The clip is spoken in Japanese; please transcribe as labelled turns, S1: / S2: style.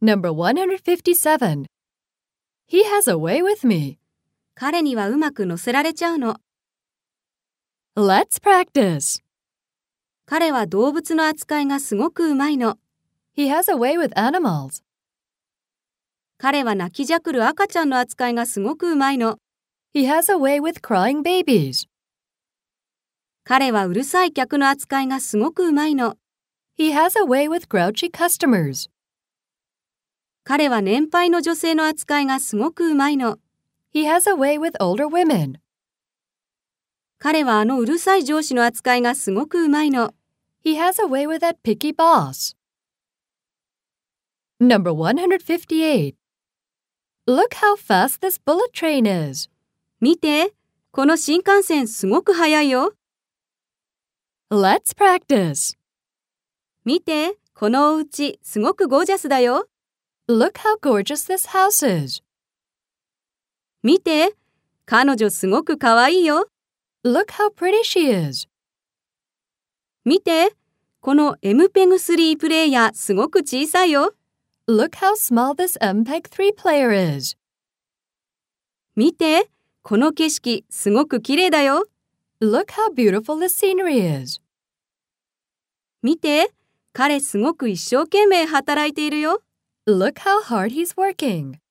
S1: Number 157. He has a way with me.
S2: 彼にはうまく乗せられちゃうの。
S1: Let's practice.
S2: 彼は動物の扱いがすごくうまいの。
S1: He has a way with animals.
S2: 彼は泣きじゃくる赤ちゃんの扱いがすごくうまいの。
S1: He has a way with crying babies.
S2: 彼はうるさい客の扱いがすごくうまいの。
S1: He has a way with grouchy customers.
S2: 彼は年配の女性の扱いがすごくうまいの。
S1: He has a way with older women.
S2: 彼はあのうるさい上司の扱いがすごくうまいの。
S1: He has a way with that picky boss. Number 158. Look how fast this bullet train is.
S2: 見て、この新幹線すごく速いよ。
S1: Let's practice.
S2: 見て、このお家すごくゴージャスだよ。
S1: Look how gorgeous this house is.
S2: 見て、彼女すごく可愛いよ。
S1: Look how pretty she is.
S2: 見て、この MPEG3 プレイヤーすごく小さいよ。
S1: Look how small this MPEG 3 player is.
S2: 見て、この景色すごく綺麗だよ。
S1: Look how beautiful this scenery is.
S2: 見て、彼すごく一生懸命働いているよ。
S1: Look how hard he's working.